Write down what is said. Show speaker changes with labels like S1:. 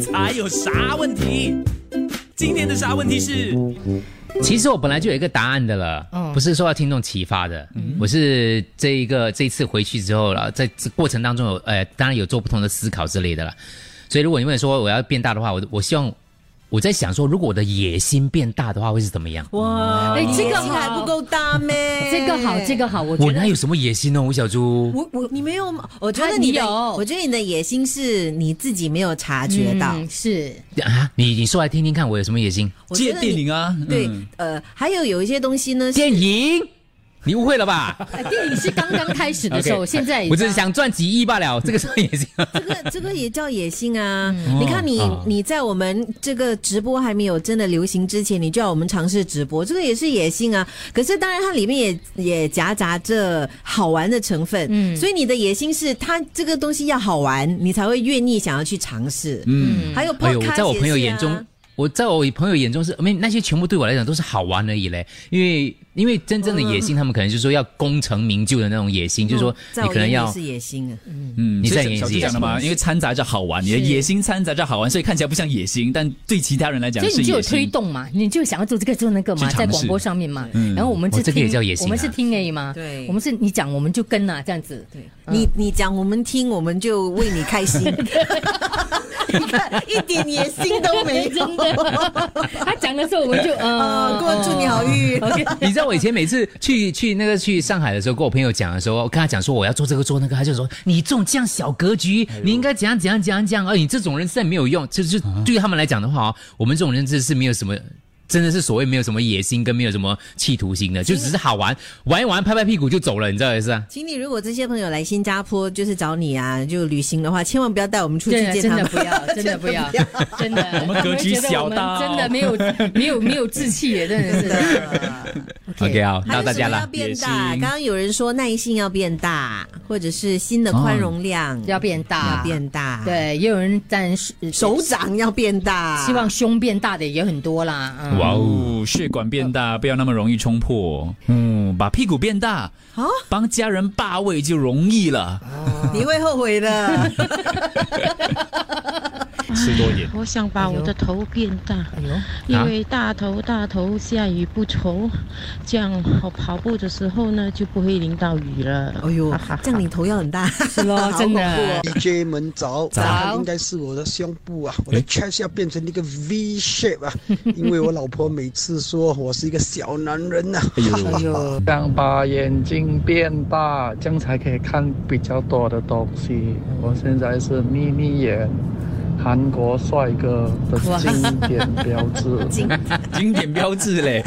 S1: 才有啥问题？今天的啥问题是？
S2: 其实我本来就有一个答案的了，
S3: 嗯
S2: 不是受到听众启发的，
S4: 嗯
S2: 我是这一个这一次回去之后了，在这过程当中有呃，当然有做不同的思考之类的了。所以如果你问说我要变大的话，我我希望我在想说，如果我的野心变大的话，会是怎么样？
S1: 哇，
S4: 哦
S3: 哎这个
S1: 你野心还不够大咩？
S3: 这个
S4: 哎
S3: 好，这。个好，我觉
S2: 我
S3: 得
S2: 哪有什么野心哦，吴小猪？
S1: 我我你没有吗？
S4: 我觉得你的
S3: 他你有
S4: 我觉得你的野心是你自己没有察觉到。
S3: 嗯是
S2: 啊，你你说来听听看，我有什么野心？
S4: 我觉
S1: 借
S4: 得你
S1: 电影啊，
S4: 对
S1: 嗯，
S4: 呃，还有有一些东西呢，是
S2: 电影，你误会了吧？
S3: 呃电影是刚刚开始的时候，
S2: OK，
S3: 现
S4: 哎
S3: 在已经
S2: 我只是想赚几亿罢了，这个是野心。啊
S4: 这个这个也叫野心 啊！你看你
S2: 哦
S4: 你在我们这个直播还没有真的流行之前，你就要我们尝试直播，这个也是野心啊。可是当然它里面也也夹杂着好玩的成分，嗯，所以你的野心是它这个东西要好玩，你才会愿意想要去尝试。嗯，还有 p
S2: 哎
S4: o
S2: 呦，
S4: d
S2: 我在我朋
S4: 啊
S2: 友眼中，我在我朋友眼中是没那些全部对我来讲都是好玩而已嘞，因为因为真正的
S4: 嗯
S2: 野心，他们可能就是说要功成名就的那种野心，就是说
S4: 在
S2: 你
S4: 我
S2: 可能
S4: 眼
S2: 要
S4: 里是野心啊。
S1: 嗯
S2: 你在
S1: 所以
S2: 演
S1: 小小猪
S2: 戏
S1: 讲的嘛，因为掺杂着好玩，你的野心掺杂着好玩，所以看起来不像野心，但对其他人来讲
S3: 所以
S1: 是
S3: 你就有
S1: 野
S3: 推
S1: 心。
S3: 动嘛，你就想要做这个做那个嘛，
S1: 去尝
S3: 在
S1: 试
S3: 广播上面嘛。
S1: 嗯
S3: 然后我们
S2: 哦
S3: 是
S2: 这个
S3: 听
S2: 也叫野心啊
S3: 我们是听 A 嘛，
S4: 对
S3: 我们是你讲我们就跟啊，这样子。
S4: 对你，你讲我们听，我们就为你开 心。 你看，一点野心都没有。
S3: 哎真 的，他讲的时候我们就
S4: 啊，
S3: 呃，
S4: 过 祝你好运。
S2: 你知道我以前每次去去那个去上海的时候，跟我朋友讲的时候，我跟他讲说我要做这个做那个，他就说你这种这样小格局，
S4: 哎
S2: 你应该怎样怎样怎样怎样，而、哦你这种人实在没有用。就是对于他们来讲的话，哦我们这种人真的是没有什么。真的是所谓没有什么野心跟没有什么企图心的，就只是好玩玩一玩，拍拍屁股就走了，你知道也是啊。
S4: 请你如果这些朋友来新加坡就是找你啊，就旅行的话，千万不要带我们出去
S3: 真的
S4: 见
S3: 啊真
S4: 他
S3: 的
S4: 们。
S3: 不要，真的不 要，真的。
S1: 我们格局小到
S3: 我们觉得我们真的没有没有没有志气耶，真 的
S4: 真
S3: 是。
S4: 的
S2: OK 好，
S4: 啊还
S2: 到
S4: 有
S2: 大
S4: 什
S2: 家
S4: 么要
S2: 了。
S4: 变
S1: 野
S4: 大？
S1: 心
S4: 刚刚有人说耐心要变大，或者是新的
S2: 哦
S4: 宽容量
S3: 要变大，
S4: 要变大，，
S3: 对，也有人在呃
S4: 手掌要变大，
S3: 希望胸变大的也很多啦。嗯，
S1: 哇哦，血管变大，不要那么容易冲破。嗯，把屁股变大，
S4: 啊
S1: 帮家人霸位就容易了。
S4: 你会后悔 的。
S1: 吃多 一点。
S5: 我想把我的头变大，
S3: 哎呦，
S5: 因为大头大头下雨不愁，这样我跑步的时候呢就不会淋到雨了。
S4: 哎呦
S5: 哈哈，
S4: 这样你头要很大。
S3: 是咯，真的。
S6: DJ 们早，
S3: 早
S6: 应该是我的胸部啊，我的 chest 要变成一个 V shape 啊，因为我老婆每次说我是一个小男人呐、啊。
S3: 哎 呦，
S7: 想把眼睛变大，这样才可以看比较多的东西。我现在是眯眯眼，韩国帅哥的经典标志。
S1: 经典标志嘞。